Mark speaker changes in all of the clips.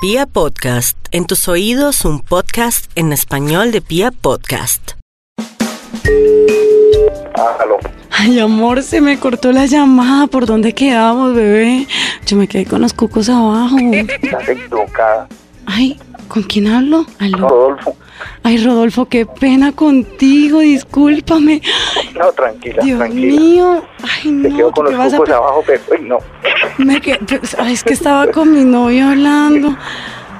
Speaker 1: Pia Podcast, en tus oídos un podcast en español de Pia Podcast.
Speaker 2: Ah, aló.
Speaker 3: Ay, amor, se me cortó la llamada. ¿Por dónde quedamos, bebé? Yo me quedé con los cucos abajo.
Speaker 2: Estás equivocada.
Speaker 3: Ay, ¿con quién hablo? Aló.
Speaker 2: Rodolfo.
Speaker 3: Ay, Rodolfo, qué pena contigo, discúlpame.
Speaker 2: No, tranquila,
Speaker 3: Dios
Speaker 2: tranquila.
Speaker 3: mío. Ay,
Speaker 2: Te quedo
Speaker 3: no,
Speaker 2: con
Speaker 3: ¿tú
Speaker 2: los
Speaker 3: ¿qué vas a
Speaker 2: cucos abajo, pero uy, no.
Speaker 3: me que- pues, ay, es que estaba con mi novio hablando.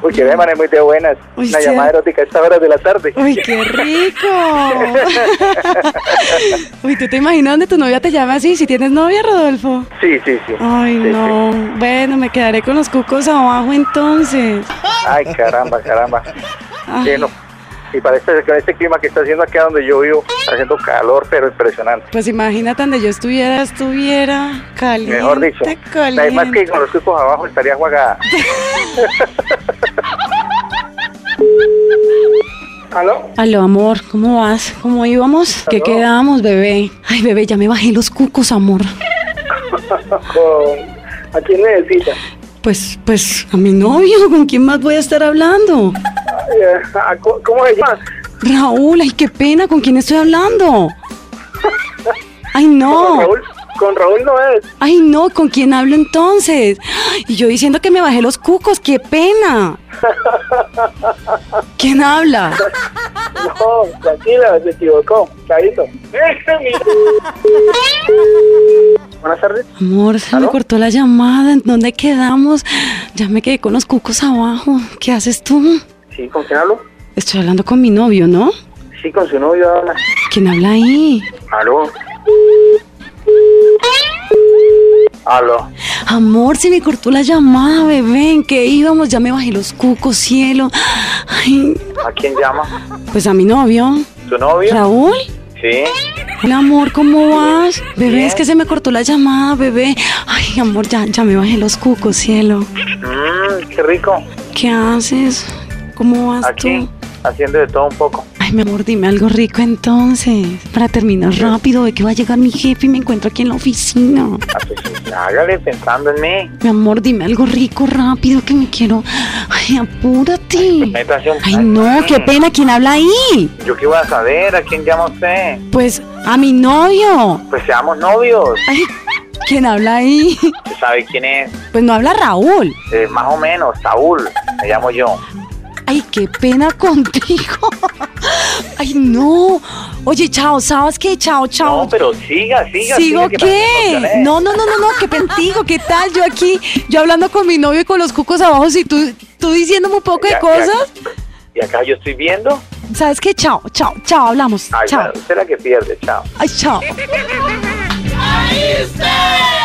Speaker 2: Uy, que de manera muy de buenas.
Speaker 3: Uy,
Speaker 2: Una
Speaker 3: sí.
Speaker 2: llamada erótica a esta hora de la tarde.
Speaker 3: Uy, qué rico. Uy, ¿tú te imaginas donde tu novia te llama así? Si tienes novia, Rodolfo.
Speaker 2: Sí, sí, sí.
Speaker 3: Ay,
Speaker 2: Sí, sí.
Speaker 3: no. Bueno, me quedaré con los cucos abajo entonces.
Speaker 2: Ay, caramba, caramba.
Speaker 3: Ay.
Speaker 2: Lleno. Y parece que con este clima que está haciendo acá donde yo vivo, está haciendo calor, pero impresionante.
Speaker 3: Pues imagínate donde yo estuviera, estuviera caliente,
Speaker 2: Mejor dicho,
Speaker 3: caliente.
Speaker 2: además que con los cucos abajo estaría jugada. ¿Aló?
Speaker 3: Aló, amor, ¿cómo vas? ¿Cómo íbamos? ¿Qué
Speaker 2: Aló.
Speaker 3: quedamos, bebé? Ay, bebé, ya me bajé los cucos, amor.
Speaker 2: Con... ¿A quién necesita?
Speaker 3: Pues, pues, a mi novio, ¿con quién más voy a estar hablando?
Speaker 2: ¿Cómo se llama?
Speaker 3: Raúl, ay, qué pena, ¿con quién estoy hablando? Ay,
Speaker 2: Con
Speaker 3: no,
Speaker 2: Raúl, con Raúl no es.
Speaker 3: ay, no, ¿con quién hablo entonces? Y yo diciendo que me bajé los cucos, qué pena. ¿Quién habla?
Speaker 2: No, tranquila, se equivocó. Chavito. Buenas tardes.
Speaker 3: Amor, se
Speaker 2: ¿Aló?
Speaker 3: me cortó la llamada. ¿En dónde quedamos? Ya me quedé con los cucos abajo. ¿Qué haces tú?
Speaker 2: Sí, ¿con quién hablo?
Speaker 3: Estoy hablando con mi novio, ¿no?
Speaker 2: Sí, con su novio habla.
Speaker 3: ¿Quién habla ahí?
Speaker 2: Aló. Aló.
Speaker 3: Amor, se me cortó la llamada, bebé. ¿En qué íbamos? Ya me bajé los cucos, cielo. Ay,
Speaker 2: ¿A quién llama?
Speaker 3: pues a mi novio.
Speaker 2: ¿Tu novio?
Speaker 3: ¿Raúl?
Speaker 2: Sí.
Speaker 3: Hola, amor, ¿cómo vas? Bebé,
Speaker 2: Bien.
Speaker 3: es que se me cortó la llamada, bebé. Ay, amor, ya, ya me bajé los cucos, cielo.
Speaker 2: Mmm, qué rico.
Speaker 3: ¿Qué haces? ¿Cómo vas
Speaker 2: Aquí,
Speaker 3: Pues tú?
Speaker 2: haciendo de todo un poco.
Speaker 3: Ay, mi amor, dime algo rico entonces. Para terminar rápido, de que va a llegar mi jefe y me encuentro aquí en la oficina.
Speaker 2: Ah, pues, sí, Hágale pensando en mí.
Speaker 3: Mi amor, dime algo rico rápido que me quiero. Ay, apúrate.
Speaker 2: Métase un-
Speaker 3: Ay, no, qué
Speaker 2: Mm,
Speaker 3: pena, ¿quién habla ahí?
Speaker 2: ¿Yo qué voy a saber? ¿A quién llama usted?
Speaker 3: Pues a mi novio.
Speaker 2: Pues seamos novios.
Speaker 3: Ay, ¿quién habla ahí?
Speaker 2: ¿Usted sabe quién es?
Speaker 3: Pues no habla Raúl.
Speaker 2: Eh, más o menos, Saúl, me llamo yo.
Speaker 3: Ay, qué pena contigo. Ay, no. Oye, chao, ¿sabes qué? Chao, chao.
Speaker 2: No, pero siga, siga.
Speaker 3: ¿Sigo
Speaker 2: siga, que
Speaker 3: qué?
Speaker 2: también
Speaker 3: No, no, no, no, no, qué contigo, ¿qué tal? Yo aquí, yo hablando con mi novio y con los cucos abajo, y tú, tú diciéndome un poco
Speaker 2: Ya,
Speaker 3: de
Speaker 2: ya.
Speaker 3: cosas.
Speaker 2: Y acá yo estoy viendo.
Speaker 3: ¿Sabes qué? Chao, chao, chao, hablamos.
Speaker 2: Ay,
Speaker 3: chao,
Speaker 2: bueno, usted es la que pierde, chao.
Speaker 3: ay, chao.
Speaker 4: Ahí está.